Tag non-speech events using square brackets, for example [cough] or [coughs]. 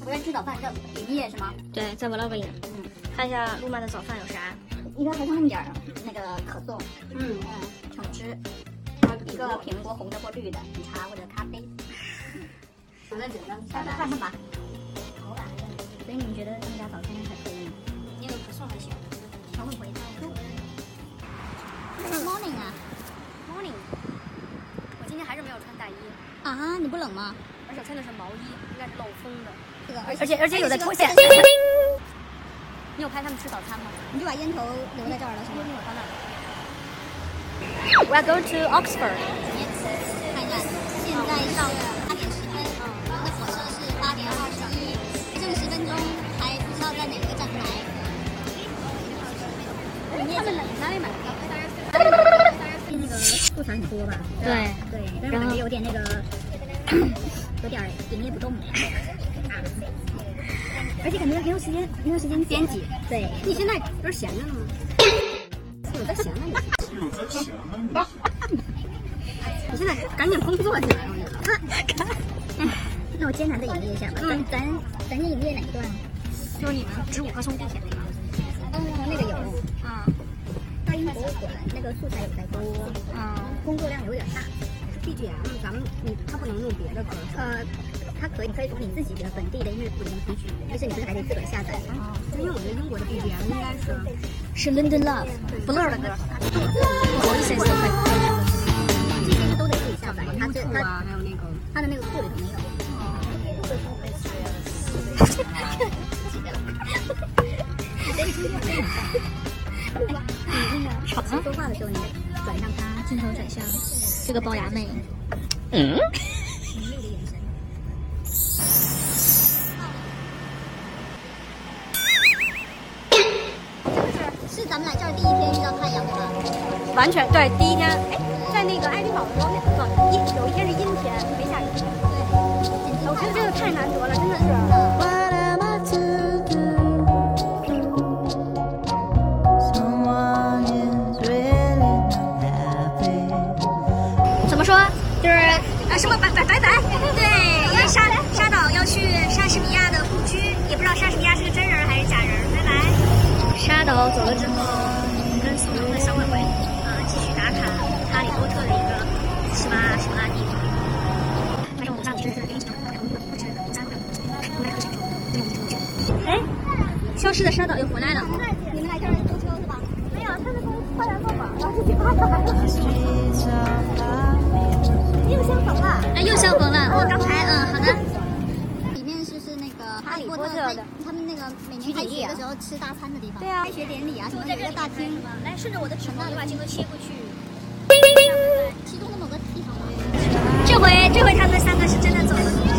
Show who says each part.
Speaker 1: 我在吃早饭，叫比利是吗？
Speaker 2: 对，在 vlog 里呢。嗯看一下露麦的早饭有啥？
Speaker 1: 一个黑葱米儿，啊那个可颂，
Speaker 2: 嗯，
Speaker 1: 嗯，橙汁，一个苹果，红的或绿的，茶或者咖啡。
Speaker 3: 简单简单，
Speaker 1: 看看吧，好吧。所以你们觉得他们家早餐还可以吗？
Speaker 3: 那个可颂还行。
Speaker 1: 小混回家了。Morning 啊
Speaker 2: Morning，我今天还是没有穿大衣，
Speaker 1: 啊！你不冷吗？
Speaker 2: 而且我穿的是毛衣，应该是漏风的。
Speaker 1: 这个哎
Speaker 2: 而且而且有的脱线。
Speaker 1: 这个
Speaker 2: 你有拍他们吃早餐吗
Speaker 1: 你就把烟头留在这儿了，行吗？
Speaker 2: ？We are going to Oxford。
Speaker 1: 看一下，现在是八点十分，我们的火车是八点二十一，剩十分钟还不知道在哪个站台。
Speaker 2: 他们哪哪里买的？
Speaker 1: 那个库存很多吧？
Speaker 2: 对
Speaker 1: 对，但是我感觉有点那个， [coughs] 有点营业不动了呀。而且感觉没有时间，没有时间剪辑。对，你现在不是闲着呢吗？有在闲着呢。你现在赶紧工作起来，我觉得。哎那我艰难的演绎一下吧。咱咱咱这演绎哪一段？
Speaker 2: 就是你们植物和兄弟写的那个。
Speaker 1: 嗯，那个有。
Speaker 2: 啊
Speaker 1: 大英博物馆那个素材有在多，
Speaker 2: 啊
Speaker 1: 工作量有点大。
Speaker 3: BGM 咱们你他不能用别的歌，
Speaker 1: 呃，它可以，你可以从你自己的本地的音乐库里面提取，但是你不是还得自个儿下载吗？
Speaker 3: 因为我觉得英国的 BGM 应该是
Speaker 1: 是 London Love 不乐的歌，这些都得自己下载，它这它
Speaker 3: 啊，还有那个
Speaker 1: 它的那个库里头没有。说话的时候，你转向他，镜头转向
Speaker 2: 这个龅牙妹。
Speaker 1: 凌厉的眼神。是咱们来这儿第一天遇到太阳的吧？
Speaker 2: 完全对，第一天，哎，在那个爱丁堡的时候，那个阴有一天是阴天，没下雨。我觉得这个太难得了，真的是。
Speaker 4: What am I to do? Someone is really not happy.
Speaker 2: 怎么说？就是呃什么拜拜拜拜，对，因为沙沙岛要去莎士比亚的故居，也不知道莎士比亚是个真人还是假人，拜拜。沙岛走了之后，跟宋城的小鬼鬼啊继续打卡《哈利波特》的一个什么什么地方。哎，消失的沙岛又回来了。
Speaker 1: 你们来这儿租车是吧？
Speaker 2: 没有，他们从花园购买了。
Speaker 4: Streets are happy.
Speaker 1: 又相逢了。
Speaker 2: 哎，又相逢了。
Speaker 1: 哦
Speaker 2: 我刚才
Speaker 1: 呃
Speaker 2: 嗯，好的。
Speaker 1: 里面是是那个哈利波特
Speaker 2: 哈利波特的
Speaker 1: 他们那个每年开学的时候吃大餐的地方。
Speaker 2: 对啊
Speaker 1: 开学典礼啊啊，什么有一个大厅，
Speaker 2: 来，哎顺着我的指头，你把镜头切过去。
Speaker 1: 其中的某个地方吧。
Speaker 2: 这回这回他们三个是真的走了。